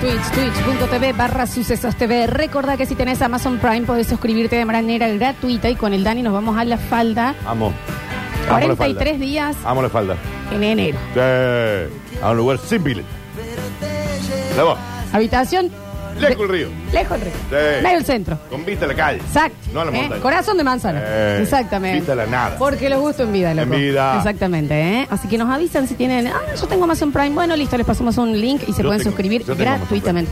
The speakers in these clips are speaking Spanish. Twitch, twitch.tv barra sucesos TV. Recordá que si tenés Amazon Prime podés suscribirte de manera gratuita y con el Dani nos vamos a la falda Amo. Amo la falda. 43 días Amo la falda. en enero. Sí. A un lugar sin pileta. La voz. Habitación Lejos el río. lejos del río. Sí. Medio del centro. Con vista a la calle. Exacto. Eh. No a la ¿eh? montaña. Corazón de manzana. Eh, Exactamente. vista a la nada. Porque los gusto en vida, loco. En vida. Exactamente, ¿eh? Así que nos avisan si tienen. Ah, yo tengo Amazon Prime. Bueno, listo, les pasamos un link y se Yo pueden tengo- suscribir yo tengo Amazon gratuitamente.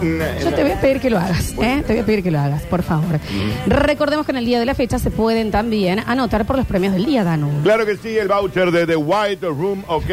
En- en- Yo te voy a pedir que lo hagas, ¿eh? Te voy a pedir que lo hagas, por favor. Recordemos que en el día de la fecha se pueden también anotar por los premios del día, Danu. Claro que sí, el voucher de The White Room OK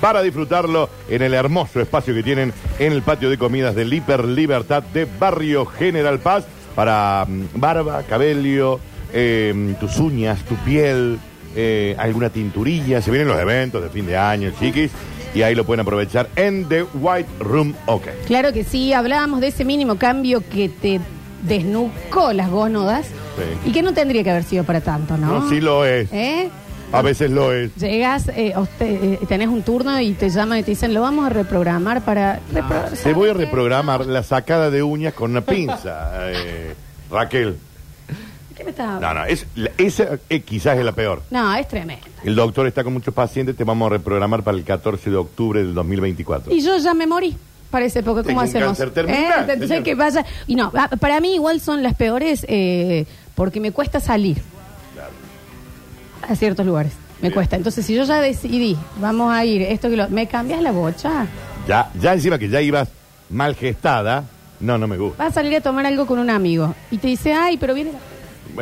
para disfrutarlo en el hermoso espacio que tienen en el patio de comidas del Hiper Libertad de Barrio General Paz para mm, barba, cabello, eh, tus uñas, tu piel, eh, alguna tinturilla. Se vienen los eventos de fin de año, chiquis, y ahí lo pueden aprovechar en The White Room OK. Claro que sí, hablábamos de ese mínimo cambio que te desnucó las gónodas Sí. y que no tendría que haber sido para tanto, ¿no? No, sí lo es. ¿Eh? A veces lo es. Llegas, eh, a usted, eh, tenés un turno y te llaman y te dicen, lo vamos a reprogramar para... Repro- Te voy a reprogramar la sacada de uñas con una pinza, eh, Raquel. ¿Qué me estás No, hablando? no, es, la- esa eh, quizás es la peor. No, es tremendo. El doctor está con muchos pacientes, te vamos a reprogramar para el 14 de octubre del 2024. Y yo ya me morí. Parece, porque ¿cómo Tengo un hacemos? Eh, cáncer terminal, Entonces señor. que vaya. Y no, ah, para mí igual son las peores eh, porque me cuesta salir a ciertos lugares. Me Bien. cuesta. Entonces, si yo ya decidí, vamos a ir, esto que lo. ¿Me cambias la bocha? Ya, ya encima que ya ibas mal gestada, no, no me gusta. Vas a salir a tomar algo con un amigo. Y te dice, ay, pero viene. la-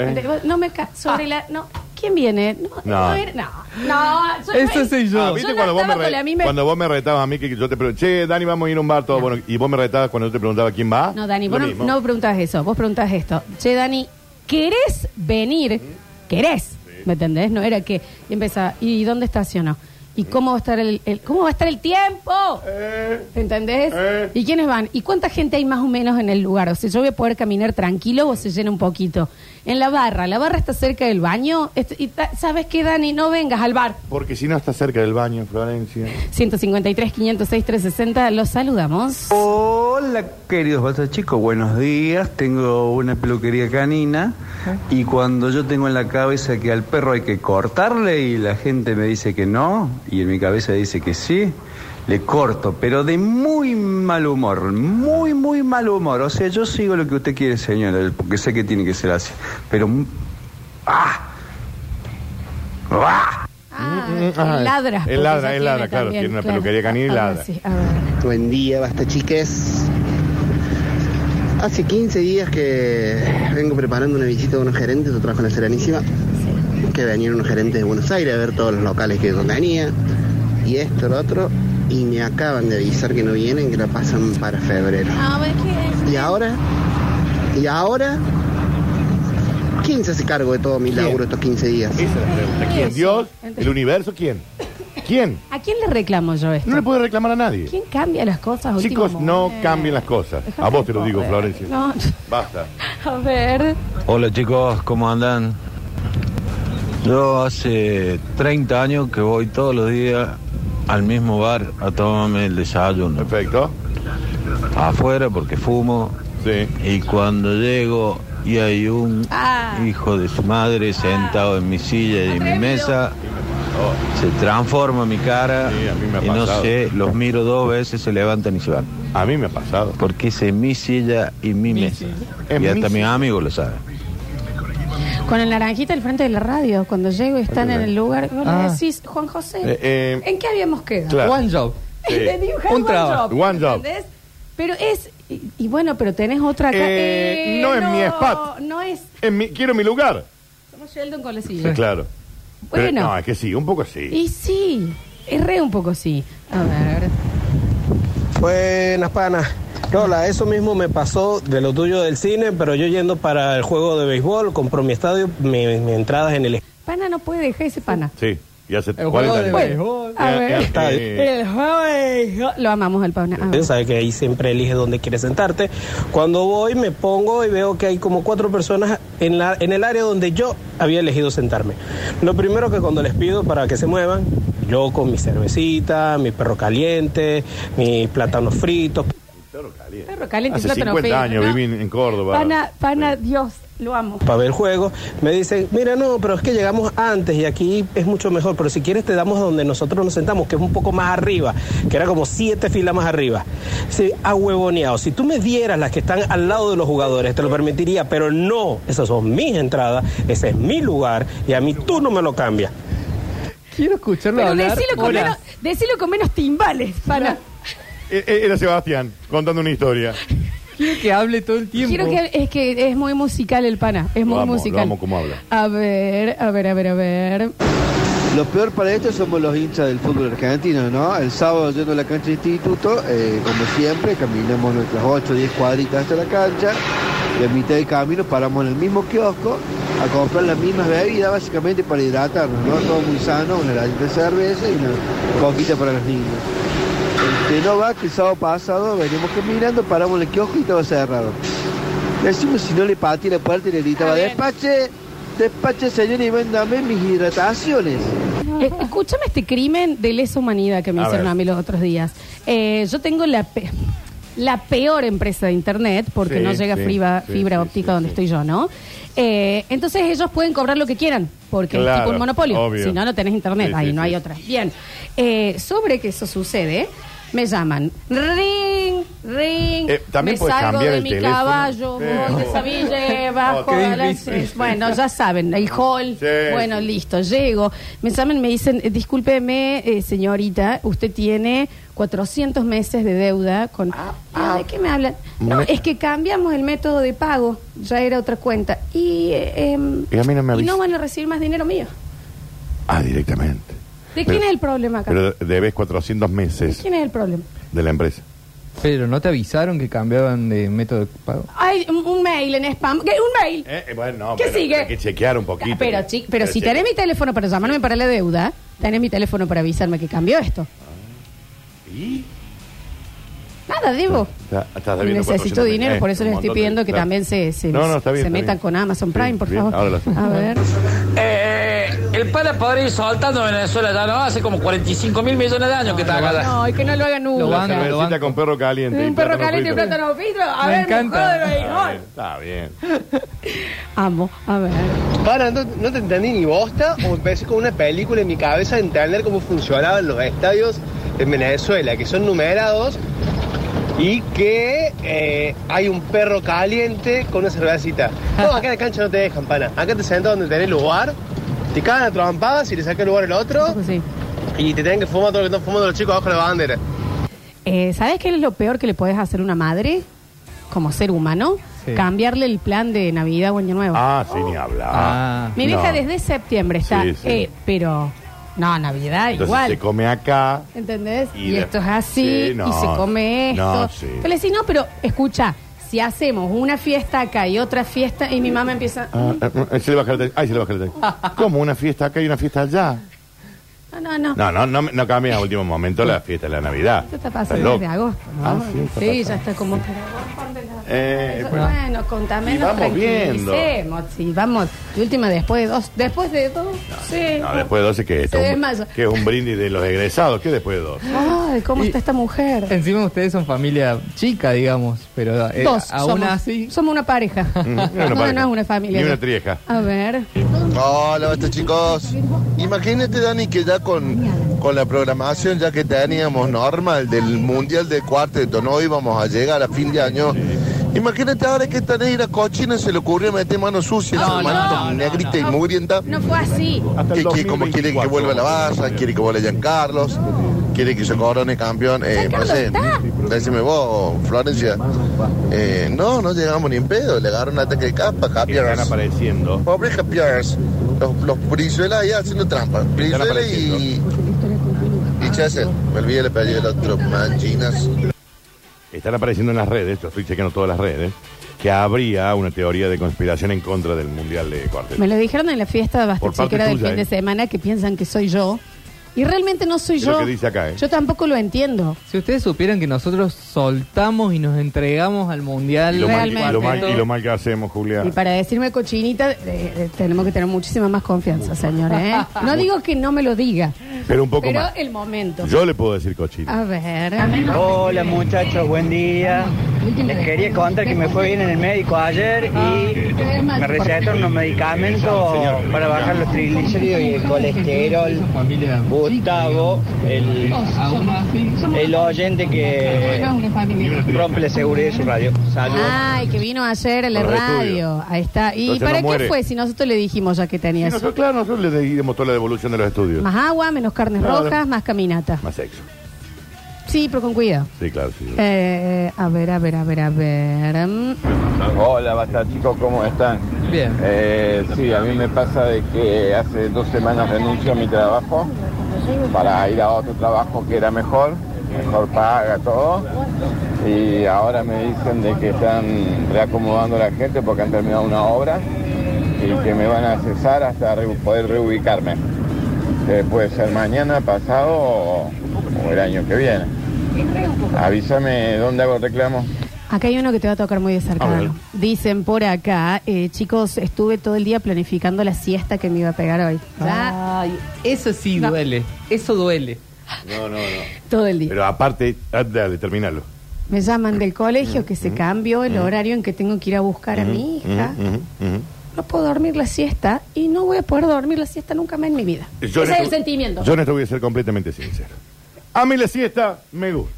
Eh. Te- No me. ca- Sobre Ah. la. No. ¿Quién viene? No. No. No. era- No. no, yo- Eso soy yo. Ah, no ¿viste cuando, vos me estaba re- con la misma- cuando vos me retabas a mí que yo te preguntaba, che, Dani, vamos a ir a un bar todo bueno? Y vos me retabas cuando yo te preguntaba quién va. No, Dani, lo vos no, mismo. no preguntás eso, vos preguntás esto. Che, Dani, ¿querés venir? ¿Querés? ¿Me entendés? No era que y empieza, ¿y dónde estacionó? ¿Y cómo va a estar el, el- cómo va a estar el tiempo? Eh, ¿Me entendés? Eh. ¿Y quiénes van? ¿Y cuánta gente hay más o menos en el lugar? O sea, yo voy a poder caminar tranquilo o se llena un poquito. En la barra, la barra está cerca del baño. est- y ta- ¿Sabes qué, Dani? No vengas al bar. porque si no está cerca del baño, Florencia. 153, 506, 360, los saludamos. Hola, queridos bastas chicos, buenos días. Tengo una peluquería canina y cuando yo tengo en la cabeza que al perro hay que cortarle y la gente me dice que no y en mi cabeza dice que sí, le corto, pero de muy mal humor, muy, muy mal humor. O sea, yo sigo lo que usted quiere, señora, porque sé que tiene que ser así, pero... ¡Ah! ¡Ah! Ah, Mm, mm, ah, el ladra. el porque ladra, ya el tiene ladra, claro, también, tiene una peluquería canina y Ah, ladra. sí, a ver. Buen día, basta chiques. Hace 15 días que vengo preparando una visita de unos gerentes, yo trabajo en la Serenísima, que venían unos gerentes de Buenos Aires a ver todos los locales que yo tenía, y esto, lo otro, y me acaban de avisar que no vienen, que la pasan para febrero. A ver qué. Y ahora, y ahora, ¿quién se hace cargo de todo mi laburo estos 15 días? Esa es la pregunta. ¿Quién? Sí. ¿Dios? Entonces- ¿El universo? ¿Quién? ¿Quién? ¿A quién le reclamo yo esto? No le puedo reclamar a nadie. ¿Quién cambia las cosas? último Chicos, no momento? Eh, cambien las cosas. Déjame A vos te lo digo, joder. Florencia. No, Basta. a ver. Hola chicos, ¿cómo andan? Yo hace 30 años que voy todos los días al mismo bar a tomarme el desayuno. Perfecto. Afuera porque fumo Sí. y cuando llego y hay un Ah. hijo de su madre sentado en mi silla y en mi Atrevido. mesa, se transforma mi cara Sí, a mí me ha y no pasado. sé, los miro dos veces, se levantan y se van. A mí me ha pasado. Porque es en mi silla y mi, mesa. Es Y mi hasta mis silla. amigos lo saben. Con el naranjita al frente de la radio, cuando llego y están en el lugar, vos Ah. le decís, Juan José, Eh, eh, ¿en qué habíamos quedado? Claro. One job. Sí. De dibujar Un trabajo. job, One job. ¿entendés? Pero es, y, y bueno, pero tenés otra acá. Eh, no es mi spot. No es, En mi- quiero mi lugar. somos Sheldon con la silla. Claro. Pero- Bueno. Eh, no, es que sí, un poco sí. Y sí, es re un poco sí. A ver. Buenas panas. Lola, eso mismo me pasó de lo tuyo del cine, pero yo yendo para el juego de béisbol, compro mi estadio, mi- mis entradas en el Pana no puede dejar ese pana. Sí. Y hace El 40 juego de años. béisbol. A Eh, ver. eh, eh, El joven. Lo amamos al pana. A ver. estadio, sabes que ahí siempre eliges dónde quieres sentarte. Cuando voy me pongo y veo que hay como cuatro personas en, la, en el área donde yo había elegido sentarme. Lo primero que cuando les pido para que se muevan, yo con mi cervecita, mi perro caliente, mis plátanos fritos, Perro caliente. Ah, Perro caliente, Hace plátano 50 frito, años ¿no? viví en- en Córdoba. Pana, pana, Sí. Dios, lo amo. para ver el juego, me dicen, mira, no, pero es que llegamos antes y aquí es mucho mejor, pero si quieres te damos donde nosotros nos sentamos, que es un poco más arriba, que era como siete filas más arriba. Sí, ahuevoneado. Si tú me dieras las que están al lado de los jugadores, te lo permitiría, pero no, esas son mis entradas, ese es mi lugar y a mí tú no me lo cambias. Quiero escucharlo Pero hablar. decilo con, horas. menos, decilo con menos timbales, pana. E- e- Era Sebastián contando una historia. Quiero que hable todo el tiempo. Quiero que es que es muy musical el pana, es Lo muy amo, lo musical. amo cómo habla. A ver, a ver, a ver, a ver. Lo peor para esto somos los hinchas del fútbol argentino, ¿no? El sábado yendo a la cancha de instituto, eh, como siempre, caminamos nuestras 8 o 10 cuadritas hasta la cancha y a mitad del camino paramos en el mismo kiosco a comprar las mismas bebidas básicamente para hidratarnos, ¿no? Todo muy sano, una latita de cerveza y una coquita para los niños. El que no va, que el sábado pasado venimos caminando, paramos en el kiosco y estaba cerrado. Le decimos si no le pateé la puerta y le gritaba, Está bien. despache, despache señor y véndame mis hidrataciones. Eh, escúchame este crimen de lesa humanidad que me A hicieron ver. a mí los otros días. Eh, yo tengo la pe- la peor empresa de internet porque Sí, no llega sí, fibra, sí, fibra sí, óptica sí, donde sí. estoy yo, ¿no? Eh, entonces ellos pueden cobrar lo que quieran porque es Claro, tipo un monopolio. obvio. Si no, no tenés internet, Sí, ahí sí, no sí. hay otra. Bien, Eh, sobre que eso sucede, me llaman ring, ring, Eh, también me podés salgo cambiar de el mi teléfono. caballo, Sí. voy de Sabille, bajo qué a la- difícil. Bueno, ya saben, el hall, Sí, bueno, sí. listo, llego. Me llaman, me dicen, eh, discúlpeme, eh, señorita, usted tiene 400 meses de deuda con... ¿De qué me hablan? No, Me- es que cambiamos el método de pago, ya era otra cuenta. Y, eh, em, Y a mí no me y avisa. van a recibir más dinero mío. Ah, directamente. ¿De Pero- quién es el problema acá? Pero debes 400 ¿De meses quién es el problema? de la empresa. Pero no te avisaron que cambiaban de método de pago. Hay un, un mail en spam, ¿qué? un mail. Eh, eh, bueno, ¿Qué pero sigue? Hay que chequear un poquito. Pero, chi- pero si chequear. tenés mi teléfono para llamarme para la deuda, tenés mi teléfono para avisarme que cambió esto. ¿Y? Nada, debo. Está- estás debiendo Necesito 400.000. dinero, Eh, por eso un les estoy montón de- pidiendo que claro. también se, se, No, no, está bien, se está metan bien. con Amazon Sí, Prime, por bien, favor. ahora lo hacemos. A ver. Eh, el pana podría ir soltando Venezuela ya no hace como 45 mil millones de años que está acá. No, y que no lo hagan Lo La van- nunca. banco, lo cervecita banco. con perro caliente. Un perro caliente y frito. plátano frito. A Me ver, encanta. mujer, de Está béisbol. bien, Está bien. Amo, a ver. Para, no, no te entendí ni bosta o empecé con una película en mi cabeza a entender cómo funcionaban los estadios en Venezuela, que son numerados y que eh, hay un perro caliente con una cervecita. No, acá en la cancha no te dejan, pana. Acá te sentas donde tenés lugar, te cagan a trompadas y le saca el lugar al otro Pues sí. y te tienen que fumar todo lo que están fumando los chicos abajo de la bandera. Eh, ¿Sabes qué es lo peor que le podés hacer a una madre como ser humano? Sí. Cambiarle el plan de Navidad o Año Nuevo. Ah, sí, ni hablar. Ah. Mi vieja No. desde septiembre está. Sí, sí. eh, pero. No, Navidad Entonces igual. se come acá. ¿Entendés? Y Y, de- esto es así, Sí, no, y se come esto. no, sí. Pero le decís, no, pero escucha, si hacemos una fiesta acá y otra fiesta, y mi mamá empieza, Ah, eh, eh, se le baja el teléfono. Ay, se le baja el teléfono. ¿Cómo? ¿Una fiesta acá y una fiesta allá? no, no, no. No, no, no, no cambies a último momento la fiesta de la Navidad. Esto está Estás pasando loco. desde agosto, ¿no? Ah, sí, está ya pasando. está como. pero vos ponte la- Eh, Eso, bueno. bueno, contame. Y vamos tranquilicemos, Sí, vamos. Y última, después de dos. Después de dos. sí. No, después de 12 que es Se un, desmaya. que es un brindis de los egresados. ¿Qué después de 12? Ay, ¿cómo está esta mujer? Encima ustedes son familia chica, digamos, pero eh, dos. aún somos, así. Somos una pareja. una no, pareja. no es una familia. Ni una trieja. A ver. Hola, basta chicos. Imagínate, Dani, que ya con, con la programación, ya que teníamos normal del Mundial de Cuarteto, no íbamos a llegar a fin de año. Imagínate ahora que esta negra cochina se le ocurrió meter mano sucia, No, su manito no, no, negrita y mugrienta, No fue así. Hasta el que, que como 2024. quiere que vuelva la barra, quiere que vuelva Giancarlos, quiere que se corone campeón. Eh, no Giancarlo sé, está. decime vos, Florencia. Eh, no, no llegamos ni en pedo, le agarraron un ataque de capa, Que están Javier. apareciendo. Pobre Japiers, los, los Brizuela ahí haciendo trampa. Brizuela y. Y Chesel, me olvidé el apellido del otro, manchinas. Están apareciendo en las redes, yo estoy chequeando todas las redes, que habría una teoría de conspiración en contra del Mundial de Cuarteto. Me lo dijeron en la fiesta Por Basta parte Chiquera del tuya, fin ¿eh? de semana que piensan que soy yo. Y realmente no soy Es yo. lo que dice acá, ¿eh? Yo tampoco lo entiendo. Si ustedes supieran que nosotros soltamos y nos entregamos al Y mundial. lo, mal, Realmente. y lo mal- y lo mal que hacemos, Julián. Y para decirme cochinita, eh, eh, tenemos que tener muchísima más confianza, señor. ¿eh? No digo que no me lo diga, Pero un poco Pero más. el momento. Yo le puedo decir cochino. A ver. Hola muchachos, buen día. Les quería contar que me fue bien en el médico ayer y me recetaron unos medicamentos para bajar los triglicéridos y el colesterol. Gustavo, el, el oyente que rompe la seguridad de su radio. Saludos. Ay, que vino ayer a la Para el radio. Ahí está. ¿Y Entonces para no qué muere. fue si nosotros le dijimos ya que Y tenías? nosotros, claro, nosotros le dimos toda la devolución de los estudios. Más agua, menos carnes Claro. rojas, más caminata. Más sexo. Sí, pero con cuidado. Sí, claro, sí. Eh, a ver, a ver, a ver, a ver. Mm. Hola, basta chicos, ¿cómo están? Bien. Eh, sí, a mí me pasa de que hace dos semanas renuncio a mi trabajo para ir a otro trabajo que era mejor, mejor paga, todo. Y ahora me dicen de que están reacomodando a la gente porque han terminado una obra y que me van a cesar hasta re- poder reubicarme. Eh, puede ser mañana, pasado o- o el año que viene. Avísame dónde hago el reclamo. Acá hay uno que te va a tocar muy de cerca. A ver. Dicen por acá, eh, chicos, estuve todo el día planificando la siesta que me iba a pegar hoy. Ya, Ay, eso sí No. duele. Eso duele. No, no, no. todo el día. Pero aparte, ah, dale, terminalo. Me llaman del colegio que se cambió el horario en que tengo que ir a buscar a mi hija. Ujú, ujú, ujú. No puedo dormir la siesta y no voy a poder dormir la siesta nunca más en mi vida. Yo en Ese es esto- el sentimiento. Yo en esto voy a ser completamente sincero. A mí la siesta me gusta.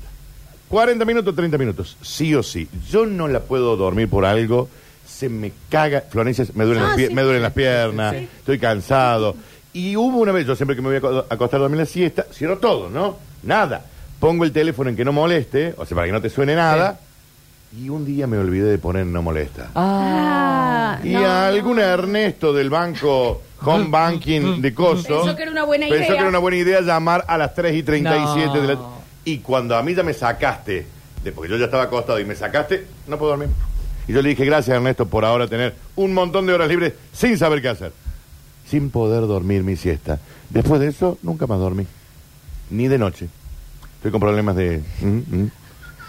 40 minutos, 30 minutos. Sí o sí. Yo no la puedo dormir por algo. Se me caga. Florencia, me duelen, Ah, las, pie- sí. me duelen las piernas. Sí. Estoy cansado. Y hubo una vez, yo siempre que me voy a aco- acostar a dormir la siesta, cierro todo, ¿no? Nada. Pongo el teléfono en que no moleste, o sea, para que no te suene nada. Y un día me olvidé de poner no molesta. Ah, Y no. a algún Ernesto del banco Home Banking de Coso Pensó que era una buena pensó idea. que era una buena idea llamar a las 3 y 37 de la- No. Y cuando a mí ya me sacaste, de- porque yo ya estaba acostado y me sacaste, no puedo dormir. Y yo le dije, gracias Ernesto por ahora tener un montón de horas libres sin saber qué hacer. Sin poder dormir mi siesta. Después de eso, nunca más dormí. Ni de noche. Estoy con problemas de... mm, mm.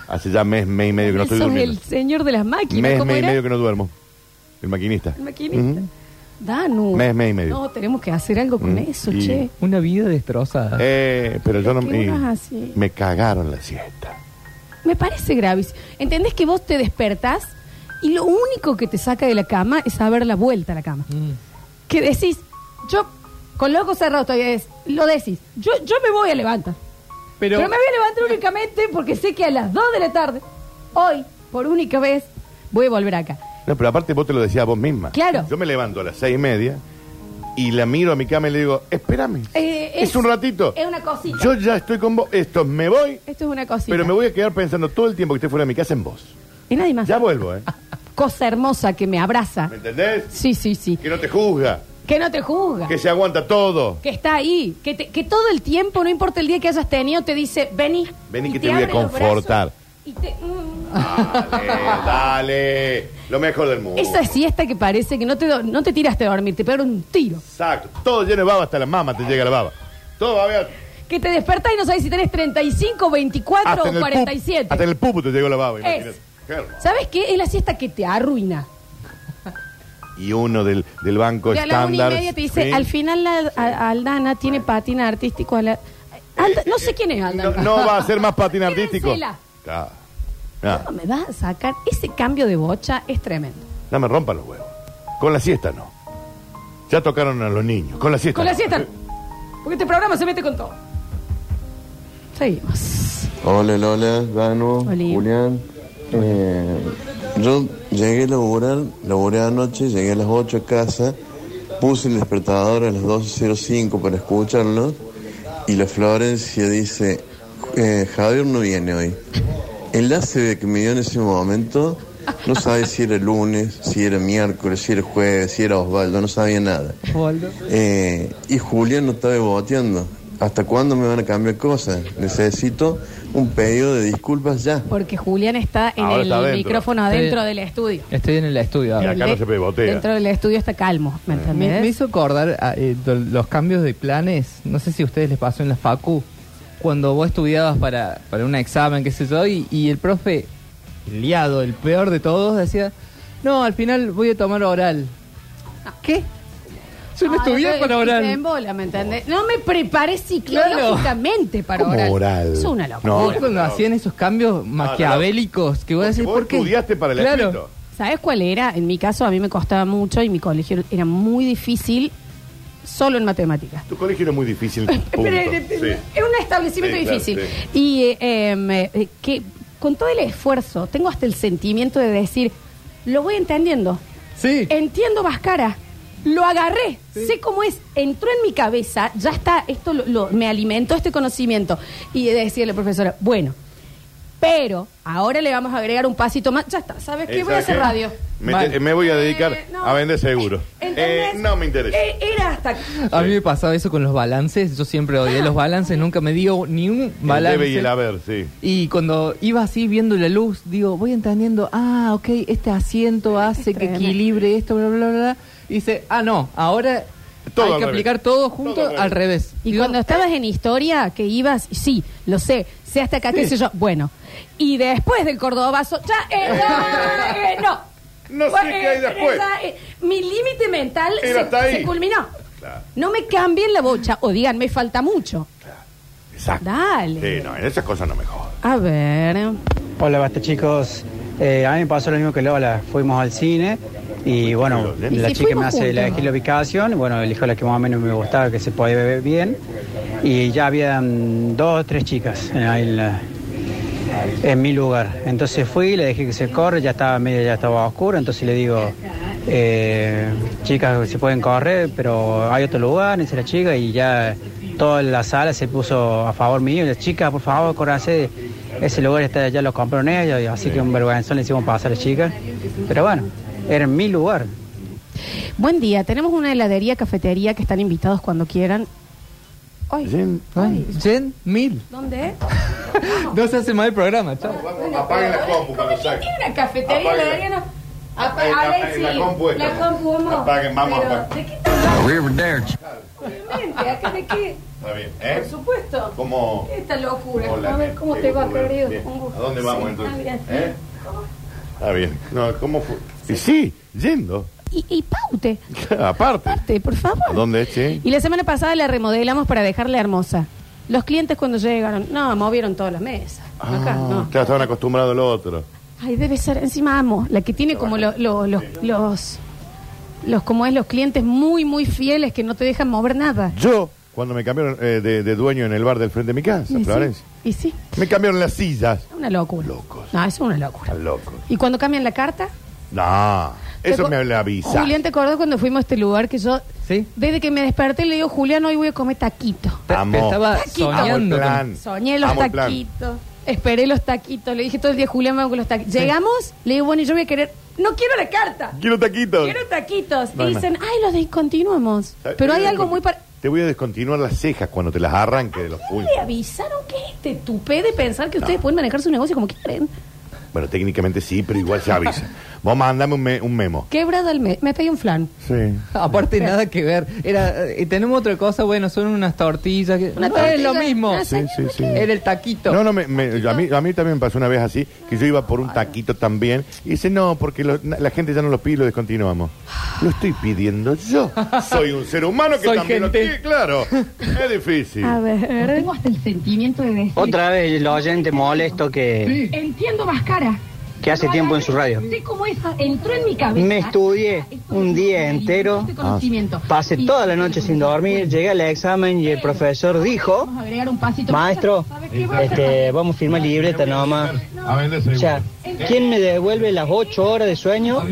Hace ya mes, mes y medio que no estoy Sos durmiendo. el señor de las máquinas. Mes, ¿cómo mes y era? medio que no duermo. El maquinista. Mm. El maquinista. Ujú. Danu. Mes, mes y medio. No, tenemos que hacer algo con Mm, eso, y- che. Una vida destrozada. Eh, pero yo no ¿Por qué y- uno es así? me cagaron la siesta. Me parece gravísimo. ¿Entendés que vos te despertás y lo único que te saca de la cama es saber la vuelta a la cama? Mm. Que decís, yo, con los ojos cerrados todavía es, lo decís, yo, yo me voy a levantar. Pero, Pero, me voy a levantar únicamente porque sé que a las 2 de la tarde, hoy, por única vez, voy a volver acá. No, pero aparte vos te lo decías a vos misma. Claro. Yo me levanto a las seis y media y la miro a mi cama y le digo, espérame. Eh, es, un ratito. Es una cosita. Yo ya estoy con vos. Esto, me voy, Esto es una cosita. pero me voy a quedar pensando todo el tiempo que esté fuera de mi casa en vos. Y nadie más. Ya vuelvo, ¿eh? Cosa hermosa que me abraza. ¿Me entendés? Sí, sí, sí. Que no te juzga, Que no te juzga. que se aguanta todo. que está ahí, que, te- que todo el tiempo, no importa el día que hayas tenido, te dice, vení. Vení y que te voy a abre los confortar. brazos y te- mm. Dale, dale. Lo mejor del mundo. Esa siesta que parece que no te, do- no te tiraste a dormir, te pegaron un tiro. Exacto. Todo lleno de baba, hasta la mama te llega la baba. Todo va a ver. Que te despertás y no sabes si tenés 35, 24 Hasta en o el pup- 47. Hasta en el pupo te llegó la baba, imagínate. Es. Qué hermoso. ¿Sabes qué? Es la siesta que te arruina. Y uno del, del banco De a la una estándar. y media te dice, sí. al final la, a- Aldana tiene patina artístico. a la- Alda- no sé quién es No, Aldana. no va a ser más patín artístico. Quédensela. Claro. Nada, ¿Cómo me vas a sacar? Ese cambio de bocha es tremendo. no me rompan los huevos. Con la siesta no. Ya tocaron a los niños. Con la siesta. Con la no. siesta. Porque este programa se mete con todo. Seguimos. Hola Lola, Danu, Oli. Julián. Eh, yo llegué a laburar, laburé anoche, llegué a las 8 a casa, puse el despertador a las 12.05 para escucharlo y la Florencia dice, eh, Javier no viene hoy. El enlace que me dio en ese momento, no sabe si era lunes, si era miércoles, si era jueves, si era Osvaldo, no sabía nada. Osvaldo. Eh, y Julián no estaba boteando. ¿Hasta cuándo me van a cambiar cosas? Necesito un pedido de disculpas ya. Porque Julián está en Ahora el está adentro. micrófono Está adentro bien. del estudio. Estoy en el estudio Y ahora. acá no se pebotea. Ah, Dentro del estudio está calmo, ¿me Me, entendés? me hizo acordar a, eh, do- los cambios de planes. No sé si a ustedes les pasó en la facu. Cuando vos estudiabas para, para un examen, qué sé yo, y, y el profe, liado, el peor de todos, decía, no, al final voy a tomar oral. ¿Qué? Yo Ah, no estudié para oral. En bola, ¿me entendés? No me preparé psicológicamente para ¿Cómo oral. oral? Es una No, locura. cuando hacían esos cambios maquiavélicos que vos decís, vos ¿por qué? estudiaste para el claro. escrito. ¿Sabes cuál era? En mi caso, a mí me costaba mucho y mi colegio era muy difícil solo en matemáticas. Tu colegio era muy difícil. punto. Pero, eh, eh, Sí. Es un establecimiento Sí, claro, difícil. sí. Y eh, em, eh, que con todo el esfuerzo, tengo hasta el sentimiento de decir, lo voy entendiendo. Sí. Entiendo Vascara. Lo agarré, sé cómo es, entró en mi cabeza, ya está, esto lo- lo- me alimentó este conocimiento. Y decirle, profesora, bueno, pero ahora le vamos a agregar un pasito más, ya está, ¿sabes qué? Voy a ¿Sabes hacer qué? radio. Me, Mal. te- me voy a dedicar Eh, no. a vender seguro. ¿Entendés? Eh, no me interesa. Eh, era hasta... A mí me pasaba eso con los balances. Yo siempre odié los balances. Nunca me dio ni un el balance. debe y el haber, sí. Y cuando iba así viendo la luz, digo, voy entendiendo, ah, ok, este asiento hace que equilibre esto, bla, bla, bla. bla. Y dice, ah, no, ahora Todo hay al que revés. aplicar todo junto Todo al al, revés. revés. Y cuando estabas en historia, que ibas, sí, lo sé, sé hasta acá, qué Sí. sé yo. Bueno, y después del cordobazo, ya, eh, ya, eh, no. No sé qué hay después. ya, eh, mi límite mental Era se, hasta ahí. se culminó. No me cambien la bocha o digan, me falta mucho. Exacto. Dale. Sí, no, en esas cosas no me jodas. A ver. Hola, basta chicos. Eh, a mí me pasó lo mismo que Lola. Fuimos al cine y bueno, ¿Y la si chica me fuimos hace la, juntos? elegí la ubicación. Bueno, elijo la que más o menos me gustaba, que se podía beber bien. Y ya habían dos o tres chicas en, ahí en la- en mi lugar. Entonces fui, le dejé que se corre, ya estaba media, ya estaba oscuro. Entonces le digo, eh, chicas, se pueden correr, pero hay otro lugar, dice la chica. Y ya toda la sala se puso a favor mío. Y la chica, por favor, corrase. Ese lugar está, ya lo compraron ellos, y así que un vergüenzón le hicimos pasar a la chica. Pero bueno, era en mi lugar. Buen día, tenemos una heladería, cafetería que están invitados cuando quieran. Ay, ay, ¿Eh? Jen, mil. ¿Dónde? No se hace mal el programa, chao. Apaguen la compu cuando saquen. Tiene una cafetería, Apáguenla. heladería, no. Apa- Eh, la- Alexis, la compu esta. la compu, vamos. Apaguen, vamos, Pero, apaguen. ¿de qué estás hablando? Está Obviamente, acá de qué? bien, ¿eh? Por supuesto. ¿Cómo? Esta locura. Hola, a ver bien, cómo sí, te va, muy bien, querido. bien. Un gusto. ¿A dónde vamos, Sí, entonces? ah, bien. ¿Eh? Está bien. No, ¿cómo fue? Y sí, yendo. Y, y paute, Aparte. te, por ¿A favor. dónde es, che? Y la semana pasada la remodelamos para dejarla hermosa. Los clientes cuando llegaron, no, movieron todas las mesas. Ah. Acá, no. Claro, estaban acostumbrados al otro. Ay, debe ser, encima amo, la que tiene como lo- lo- los, los, los, como es, los clientes muy, muy fieles que no te dejan mover nada. Yo, cuando me cambiaron eh, de, de dueño en el bar del frente de mi casa, Y sí, Florencia, y sí, me cambiaron las sillas. una locura. No, eso es una locura. Están locos. ¿Y cuando cambian la carta? No, eso me le avisa. Julián, ¿te acordás cuando fuimos a este lugar que yo, desde que me desperté, le digo, Julián, hoy voy a comer taquito. Amo. Estaba Taquito. soñando. Amo el con- plan. Soñé los Amo el plan. taquitos. Esperé los taquitos. Le dije todo el día, Julián, vamos con los taquitos. Llegamos, le digo, bueno, yo voy a querer. No quiero la carta. Quiero taquitos. Quiero taquitos. No hay Dicen, ay, los descontinuamos. Pero hay algo muy para. Te voy a descontinuar las cejas cuando te las arranque de los puños. ¿Le avisaron que es este tupé de pensar que ustedes pueden manejar su negocio como quieren? Bueno, técnicamente sí, pero igual se avisa. Vos mandame un, me- un memo. Quebrado el mes. Me pedí un flan. Sí. Aparte, nada que ver. Era, eh, tenemos otra cosa, bueno, son unas tortillas. Que, Una no es tortilla, lo mismo. una Sí, sí, sí. Era el taquito. No, no, me- me- a, mí, a mí también me pasó una vez así, que yo iba por un taquito también, y dice, no, porque lo- na- la gente ya no lo pide y lo descontinuamos. Lo estoy pidiendo yo. Soy un ser humano que Soy también lo gente. pide, claro. Es difícil. A ver. Tengo hasta el sentimiento de decir. Otra vez el oyente molesto que, Entiendo más cara. que hace tiempo en su radio. Sé cómo es. Entró en mi cabeza. Me Ah. estudié un día entero, Ah, conocimiento. pasé toda la noche sin dormir, llegué al examen y el profesor dijo, Vamos a agregar un pasito. maestro, este, vamos a firmar libreta nomás. O sea, ¿quién me devuelve las ocho horas de sueño?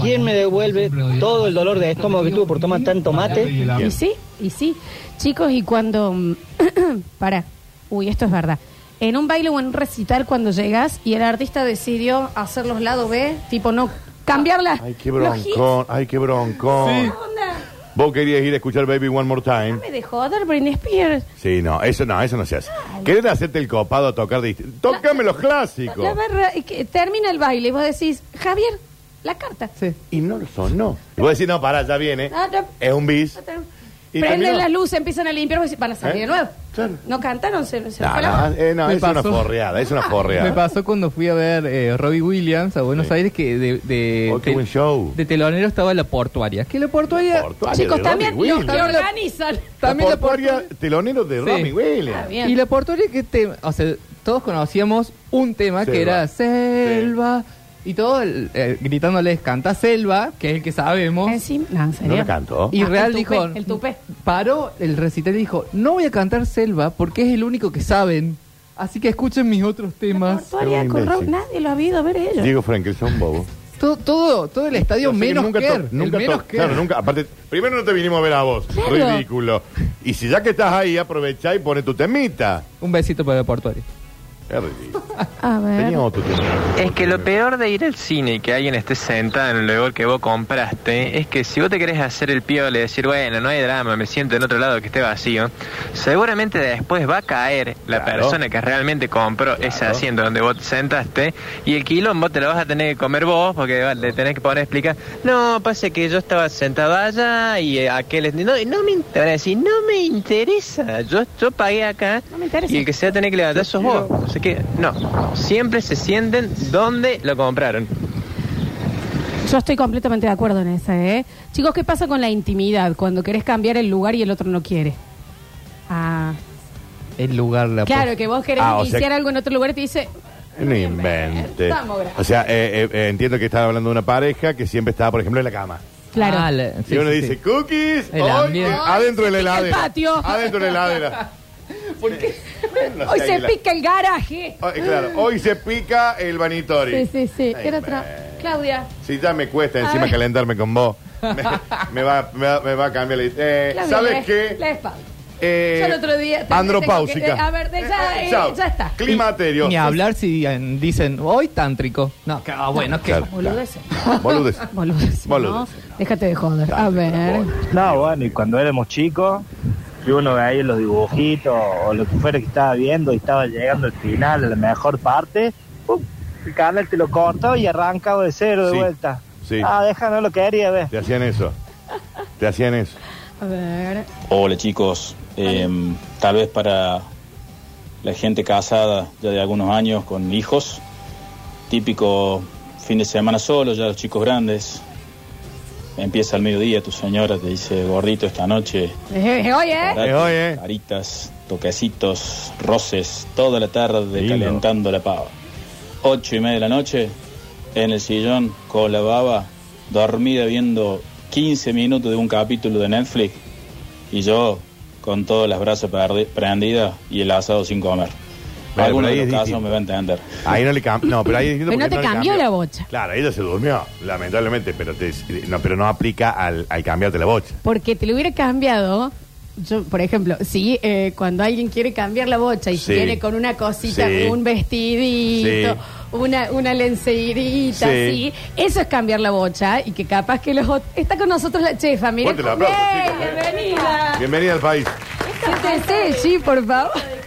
¿Quién me devuelve todo el dolor de estómago que tuve por tomar tanto mate? Y sí, y sí. Chicos, y cuando. mm, Para. Uy, esto es verdad. En un baile o en un recital, cuando llegas y el artista decidió hacer los lados B, tipo no cambiarla. Ay, qué los hits. broncón, ay, qué broncón. Vos querías ir a escuchar Baby One More Time. Me dejó dar Britney Spears. Sí, no, eso no, eso no se hace. ¿Querés hacerte el copado a tocar distinto? Tócame los clásicos. La barra, y que termina el baile y vos decís, Javier, la carta. Y no lo sonó. Y vos decís, no, pará, ya viene. Ah, no. Es un bis. Y Prenden terminó. las luces, empiezan a limpiar, vos decís, van a salir ¿Eh? de nuevo. No cantaron, se, se No, fue la no, voz. eh, no, Me es una pasó. forreada, es una Ah, Me forreada. pasó cuando fui a ver eh, Robbie Williams a Buenos Aires que de, de, Oh, qué de- buen show. de telonero estaba la portuaria. Que la portuaria. Chicos, también Williams. los que organizan. También la portuaria, telonero de Sí. Robbie Ah, Williams. bien. Y la portuaria que te, o sea, todos conocíamos un tema que Selva. era Selva. Y todos eh, gritándoles, canta Selva, que es el que sabemos. Encima, no, en serio. No la cantó. Y Ah, Real el tupé, dijo, el tupé. paró el recital y dijo, no voy a cantar Selva porque es el único que saben. Así que escuchen mis otros temas. Portuaria Es un con Rob, imbécil. nadie lo ha habido a ver ellos. Diego Frankelson, bobo. Todo, todo, todo el estadio Así que menos nunca que to- nunca to- menos Claro, care. nunca. Aparte, primero no te vinimos a ver a vos. Claro. Ridículo. Y si ya que estás ahí, aprovechá y pone tu temita. Un besito para la portuaria. Es ridículo. A ver. Tenía otro tema. Es que lo peor de ir al cine y que alguien esté sentado en el lugar que vos compraste es que si vos te querés hacer el piola y decir, bueno, no hay drama, me siento en otro lado que esté vacío, seguramente después va a caer la Claro. persona que realmente compró ese Claro. asiento donde vos te sentaste y el quilombo te lo vas a tener que comer vos porque va- le tenés que poner a explicar, no, pasa que yo estaba sentado allá y eh, aquel... No, no me, in- te van a decir, no me interesa, yo, yo pagué acá No me interesa. y el que se va a tener que levantar sos vos. Así que, no. Siempre se sienten donde lo compraron. Yo estoy completamente de acuerdo en esa, ¿eh? Chicos, ¿qué pasa con la intimidad cuando querés cambiar el lugar y el otro no quiere? Ah, El lugar la claro, que vos querés Ah, o sea- iniciar algo en otro lugar y te dice, No inventes. Estamos grabados. O sea, eh, eh, eh, entiendo que estaba hablando de una pareja que siempre estaba, por ejemplo, en la cama. claro. Ah, la- sí, y uno sí, dice, sí. cookies, El hoy, ambiente. eh, adentro de la Se pica el heladera. patio. Adentro de la heladera. ¿Por qué? Hoy se pica el garaje. Oh, eh, claro, hoy se pica el vanitori. Sí, sí, sí. Ay, Era me- otra. Claudia. Si ya me cuesta encima ver. calentarme con vos, me, me va, me, va, me va a cambiar la eh, Claudia, la- ¿Sabes qué? La espalda. Eh, Yo el otro día. te- andropáusica. tengo que- eh, a ver, de- ya, eh, Chao. ya está. Climaterio. Ni hablar si eh, dicen, hoy tántrico. No, que- ah, bueno, que... Claro. Boludece. Boludez. Boludece. ¿no? Boludece. Déjate de joder. A ver. No, bueno, y cuando éramos chicos, y uno veía los dibujitos o lo que fuera que estaba viendo y estaba llegando al final, a la mejor parte, ¡pum! el canal te lo cortó y arrancaba de cero de Sí, vuelta. sí. Ah, déjalo, lo quería ver. Te hacían eso. Te hacían eso. A ver. Hola chicos, Eh, tal vez para la gente casada ya de algunos años con hijos, típico fin de semana solo, ya los chicos grandes, empieza al mediodía, tu señora te dice gordito esta noche, Eh, eh, Oye. parate, Eh, oye. caritas, toquecitos, roces, toda la tarde Lindo. calentando la pava. Ocho y media de la noche, en el sillón, con la baba, dormida viendo 15 minutos de un capítulo de Netflix y yo con todas las brasas perdi- prendidas y el asado sin comer. Bueno, Algunos pero ahí de es los casos distinto. me va a entender. Ahí no le cambió. No, pero ahí es distinto Pero no porque te le cambió la bocha. Claro, ella se durmió, lamentablemente, pero te- no, pero no aplica al, al cambiarte la bocha. Porque te lo hubiera cambiado. Yo, por ejemplo, sí, eh, cuando alguien quiere cambiar la bocha y Sí. viene con una cosita, Sí. un vestidito, Sí. una, una lencerita, sí. Sí. Eso es cambiar la bocha y que capaz que los otros... Está con nosotros la chefa, mira. Fuerte el aplauso, Bien, chicos, eh. bienvenida. Bienvenida al país. Siéntese, sí, por favor. eh.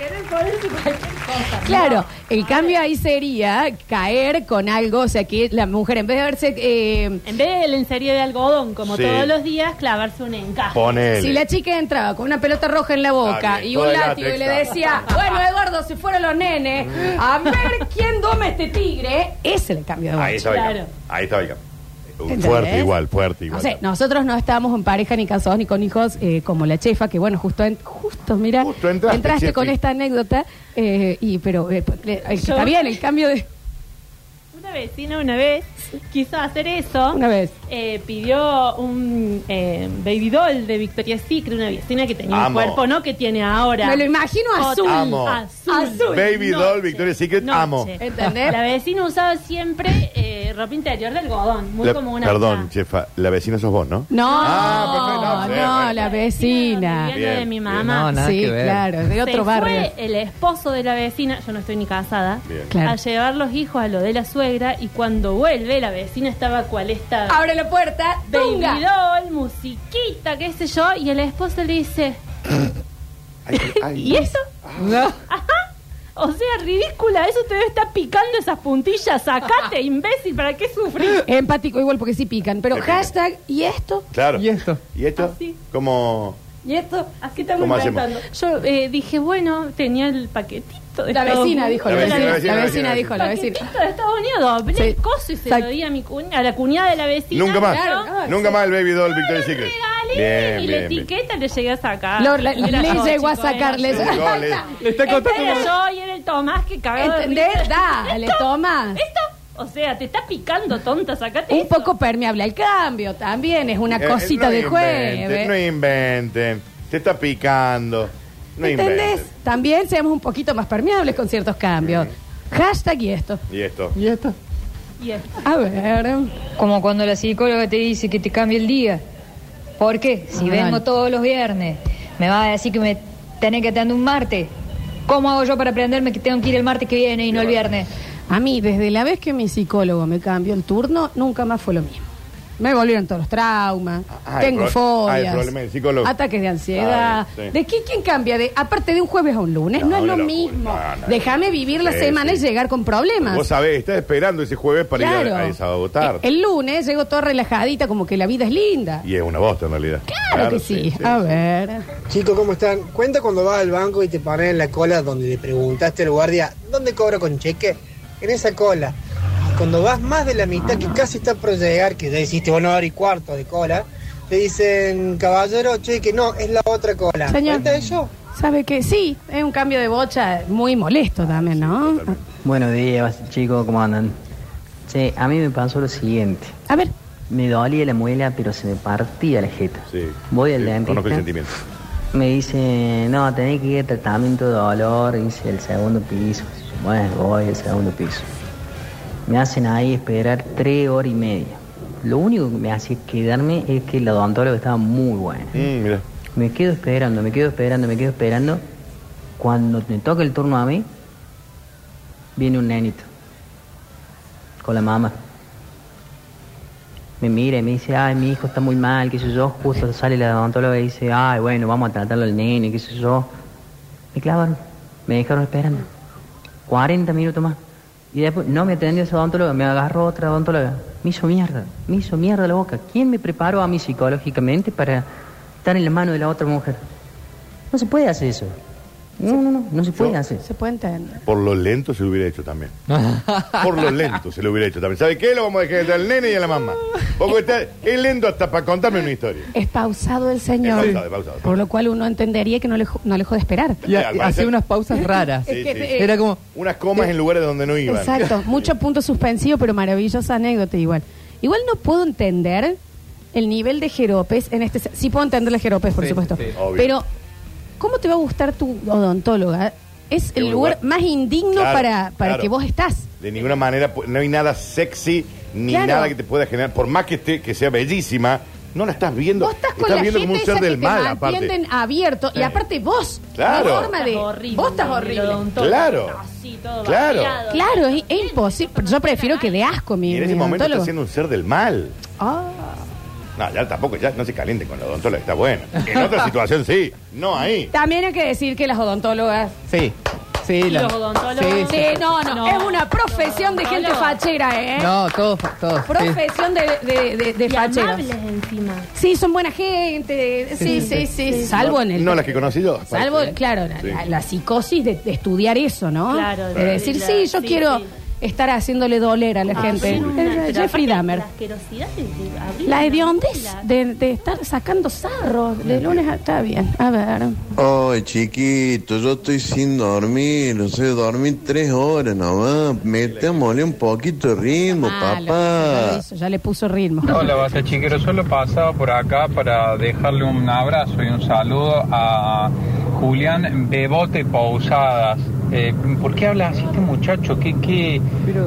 Claro, el cambio ahí sería caer con algo, o sea que la mujer en vez de verse... eh, En vez de lencería de algodón, como Sí. todos los días, clavarse un encaje. Ponele. Si la chica entraba con una pelota roja en la boca Está Ah, bien, y un toda látigo y le látex, decía, ah, bueno, Eduardo, si fueron los nenes, Mm. Ah, a ver quién doma este tigre, ese le cambió de Ahí voz. estaba el Claro. cambio. Ahí estaba el cambio. Un ¿Entendés? Fuerte igual, fuerte No igual. sé, nosotros no estábamos en pareja ni casados ni con hijos eh, como la chefa, que bueno, justo, en- justo mira, Justo entraste, chefi. con esta anécdota, eh, y pero eh, le- el que Yo- está bien, el cambio de... Una vecina una vez quiso hacer eso. Una vez. Eh, pidió un eh, baby doll de Victoria's Secret, una vecina que tenía Amo. un cuerpo, ¿no? Que tiene ahora. Me lo imagino Otro- azul. Amo. Azul. Azul. Baby Noche. doll, Victoria's Secret, Noche. amo. ¿Entendés? La vecina usaba siempre eh, ropa interior de algodón, muy La- como una. perdón, chefa, la vecina sos vos, ¿no? No, Ah, perfecto, no, sí, la La vecina. vecina de Bien, mi bien. mamá. No, nada sí, que ver. claro, de otro Se barrio. fue el esposo de la vecina, yo no estoy ni casada, Bien. Claro. a llevar los hijos a lo de la suegra y cuando vuelve la vecina estaba cual está Abre la puerta, baby tunga. doll, musiquita, qué sé yo, y el esposo le dice, ¿y eso? No. O sea, ridícula, eso te debe estar picando esas puntillas, sacate, imbécil, ¿para qué sufrir? Empático igual porque sí pican, Eh, pero Sí pican. hashtag y esto. Claro. Ah, ¿Y esto? ¿Y esto? Así. Como. Y esto, así estamos ¿Cómo hacemos? Yo eh, dije, bueno, tenía el paquetito de La Estados vecina Unidos. dijo, la vecina, la vecina dijo, la vecina. Paquetito de Estados Unidos, hablé Sí. el coso y se Exacto. lo di a, mi cuña, a la cuñada de la vecina. Nunca más. Claro. Nunca más el baby doll Victoria's Secret. Regalé, Bien, y la bien, bien. etiqueta le llegué a sacar. Lo- le- Era le yo, llegó a chicos, sacar, era le- yo. Le llegó, le- le está Este contando era como- yo y era el Tomás que cagaba. de ¿Entendés? risa. Dale, Esto- Tomás. Esto, o sea, te está picando, tonta, sacate Un esto. poco permeable al cambio también, es una Eh, cosita no de inventen, jueves. eh. No inventen. Te está picando. No ¿Entendés? inventen. También seamos un poquito más permeables con ciertos cambios. Hashtag y esto. Y esto. ¿Y esto? A ver. em". Como cuando la psicóloga te dice que te cambie el día. ¿Por qué? Si Ah, vengo dale. todos los viernes, me va a decir que me tenés que atender un martes. ¿Cómo hago yo para aprenderme que tengo que ir el martes que viene y no el viernes? A mí, desde la vez que mi psicólogo me cambió el turno, nunca más fue lo mismo. Me volvieron todos los traumas, Ah, el tengo pro- ah, el fobias, problema del psicólogo. ataques de ansiedad. Ah, bien, sí. ¿De qué quién cambia? De, aparte de un jueves a un lunes, no, No, es lo una locura. mismo. No, no, Déjame vivir la Sí, semana sí. y llegar con problemas. Vos sabés, estás esperando ese jueves para ir Claro. a, a desabotar. El lunes llego toda relajadita, como que la vida es linda. Y es una bosta en realidad. Claro, que sí. A ver. Chicos, ¿cómo están? Cuenta cuando vas al banco y te ponen en la cola donde le preguntaste al guardia, ¿dónde cobro con cheque? En esa cola. Cuando vas más de la mitad, que casi está por llegar, que ya hiciste una hora y cuarto de cola, te dicen, caballero, cheque, no, es la otra cola. Señor, ¿Cuenta eso? ¿sabe que Sí, es un cambio de bocha muy molesto también, ¿no? Buenos días, chicos, ¿cómo andan? Che, a mí me pasó lo siguiente. A ver. Me dolía la muela, pero se me partía la jeta. Voy al dentista. Conozco el sentimiento. Me dice, no, tenés que ir a tratamiento de dolor, dice el segundo piso. Bueno, voy al segundo piso. Me hacen ahí esperar tres horas y media. Lo único que me hacía quedarme es que la odontóloga estaba muy buena. Me quedo esperando, me quedo esperando, me quedo esperando. Cuando me toca el turno a mí, viene un nenito con la mamá. Me mira y me dice, ay, mi hijo está muy mal, qué sé yo. Justo sale la odontóloga y dice, ay, bueno, vamos a tratarlo al nene, qué sé yo. Me clavaron, me dejaron esperando. 40 minutos más. Y después, no me atendió esa odontóloga, me agarró otra odontóloga. Me hizo mierda, me hizo mierda la boca. ¿Quién me preparó a mí psicológicamente para estar en la mano de la otra mujer? No se puede hacer eso. No, no, no, no se puede hacer. Se puede entender. Por lo lento se lo hubiera hecho también. Por lo lento se lo hubiera hecho también. ¿Sabe qué? Lo vamos a dejar al nene y a la mamá. Porque está, es lento hasta para contarme una historia. Es pausado el señor. Es pausado, es pausado. Por lo cual uno entendería que no le, jo- no le jode esperar. Y ha- hacía unas pausas raras. Sí, sí. Era como, Unas comas en lugares donde no iban. Exacto, mucho punto suspensivo, pero maravillosa anécdota igual. Igual no puedo entender el nivel de jeropes en este... se- Sí puedo entender las jeropes, por Sí, supuesto. sí, sí. Obvio. Pero, ¿cómo te va a gustar tu odontóloga? Es el un lugar, lugar- más indigno Claro, para, para claro. que vos estás. De ninguna manera, pu- no hay nada sexy ni Claro. nada que te pueda generar. Por más que, esté, que sea bellísima, no la estás viendo. con estás la gente viendo como un ser esa del que mal, te aparte. mantienen abierto. Y Sí. aparte vos, Claro. la forma de... vos estás horrible. Claro. Claro. vaciado. Claro, es, es imposible. Yo prefiero que de asco mi, Y en ese mi momento odontólogo. estás siendo un ser del mal. Ah, No, ya tampoco, ya no se caliente con la odontóloga, está bueno. En otra situación sí, no ahí. También hay que decir que las odontólogas... sí, sí, la- sí, sí. Sí, no, no, No, Es una profesión de gente fachera, ¿eh? No, todos, todos. sí. Profesión de, de, de, de Y facheros. amables encima. Sí, son buena gente. Sí, sí, sí. Salvo en el. No las que conocí yo. Salvo, claro, la, Sí. la- la psicosis de, de estudiar eso, ¿no? Claro, De de- decir, la- sí, yo sí, quiero sí. Ah, estar haciéndole doler a la gente. Eh, Jeffrey Dahmer. La asquerosidad de, de abrir La una hediondez mochila. de, de estar sacando sarros de lunes a... Está bien, a ver. Ay, chiquito, yo estoy sin dormir, no sé, dormí tres horas nomás. Metámosle un poquito de ritmo, Malo, Ah, ya, papá. lo hizo, ya le puso ritmo. Hola, basta chiquero. Solo pasaba por acá para dejarle un abrazo y un saludo a Julián Bebote Pausadas. Eh, ¿Por qué habla así este muchacho? Qué, qué,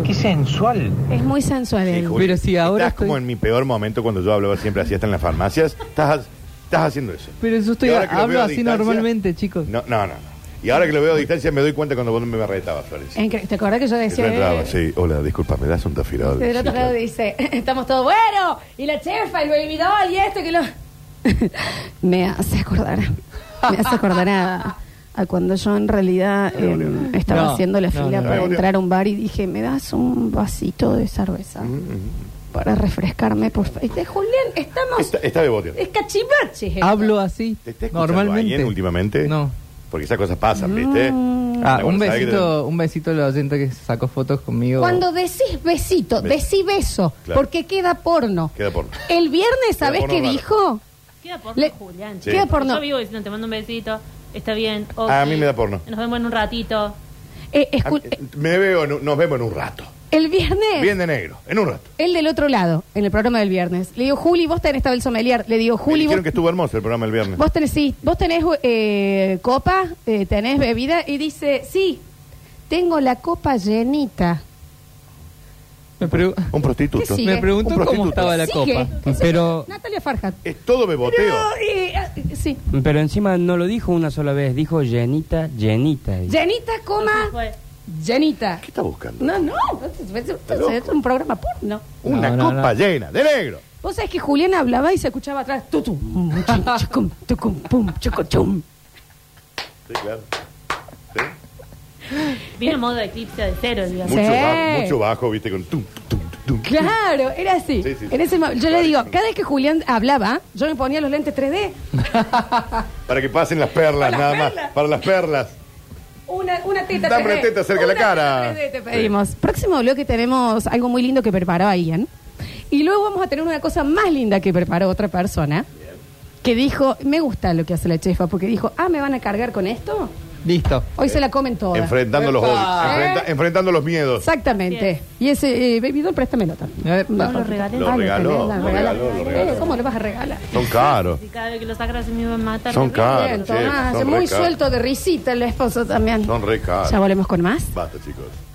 qué sensual. Es muy sensual. él. Pero si ahora. Estás como en mi peor momento cuando yo hablaba siempre así, hasta en las farmacias. Estás, estás haciendo eso. Pero yo estoy, Y ahora que lo hablo veo a así distancia- normalmente, chicos. No, no, no. Y ahora que lo veo a distancia me doy cuenta cuando vos me retabas, Florencia. En que- ¿Te acordás que yo Que yo decía... entraba, eh, sí, hola, disculpa, me das un tafirol. Del otro lado dice, estamos todos bueno, y la chefa, el baby doll, y esto, que lo... me hace acordar, me hace acordar a, a cuando yo en realidad eh, estaba No, haciendo la no, fila no, no. para Me volvió. Mm, entrar a un bar y dije, ¿me das un vasito de cerveza? para refrescarme, por favor. Este, Julián, estamos. Está, está beboteando. Es cachivaches. esto. Hablo así. ¿Escuchando a alguien Normalmente. últimamente? No. Porque esas cosas pasan, ¿viste? Ah, Bueno, un ¿sabes besito, un besito a la oyente que sacó fotos conmigo. Cuando decís besito, Beso. decís beso, Claro. porque queda porno. Queda porno. El viernes, ¿sabés porno qué raro. dijo? Queda por Le- Julián. Sí. Queda por no. Yo vivo diciendo, te mando un besito. Está bien. ok. Ah, A mí me da porno. Nos vemos en un ratito. Eh, A mí- Ah, eh, Me veo, en un- nos vemos en un rato. El viernes. Bien de negro, en un rato. El del otro lado, en el programa del viernes. Le digo, Juli, vos tenés tabel sommelier. Le digo, Me Juli, vos, Eh, dijeron que estuvo hermoso el programa el viernes. vos tenés, sí, vos tenés eh, copa, eh, tenés bebida. Y dice, sí, tengo la copa llenita. Un ¿Qué prostituto. sigue? Me preguntó Un cómo prostituto. estaba la Sigue. copa. ¿Qué se Pero- llama? Natalia Farhat. Es todo beboteo. Pero, eh, ah, sí. Pero encima no lo dijo una sola vez, dijo llenita, llenita. Llenita, coma. Llenita. ¿Qué está buscando? No, no. Es un programa porno. Una No, no, copa no. llena de negro. Vos sabés que Julián hablaba y se escuchaba atrás. tutum, chum, chucum, tucum, pum, chucuchum. Sí, claro. Vino en modo eclipse de cero el viernes. Mucho, bajo, mucho bajo, viste, con tum, tum. Claro, era así. Sí, sí, sí. En ese mo- yo le digo, cada vez que Julián hablaba, yo me ponía los lentes 3D. Para que pasen las perlas, nada más. Para las perlas. Una, una teta Dame 3D. una teta cerca de la Una cara. teta 3D te pedimos. Próximo bloque tenemos algo muy lindo que preparó a Ian. Y luego vamos a tener una cosa más linda que preparó otra persona. Que dijo, me gusta lo que hace la chefa, porque dijo, ah, me van a cargar con esto. Listo. Hoy se la comen todas. Enfrentando los Epa. ¿Eh? odios, enfrenta- enfrentando los miedos. Exactamente. Y ese eh, bebidor, préstamelo también. No, lo regalé. Lo regaló, tenés, lo regalás. regaló, lo Eh, regaló. ¿Cómo lo vas a regalar? Son caros. Y cada vez que lo sacas se me va a matar. Son caros, Bien, che, Tomás, son muy re caros. suelto de risita el esposo también. Son re caros. Ya volvemos con más. Basta, chicos.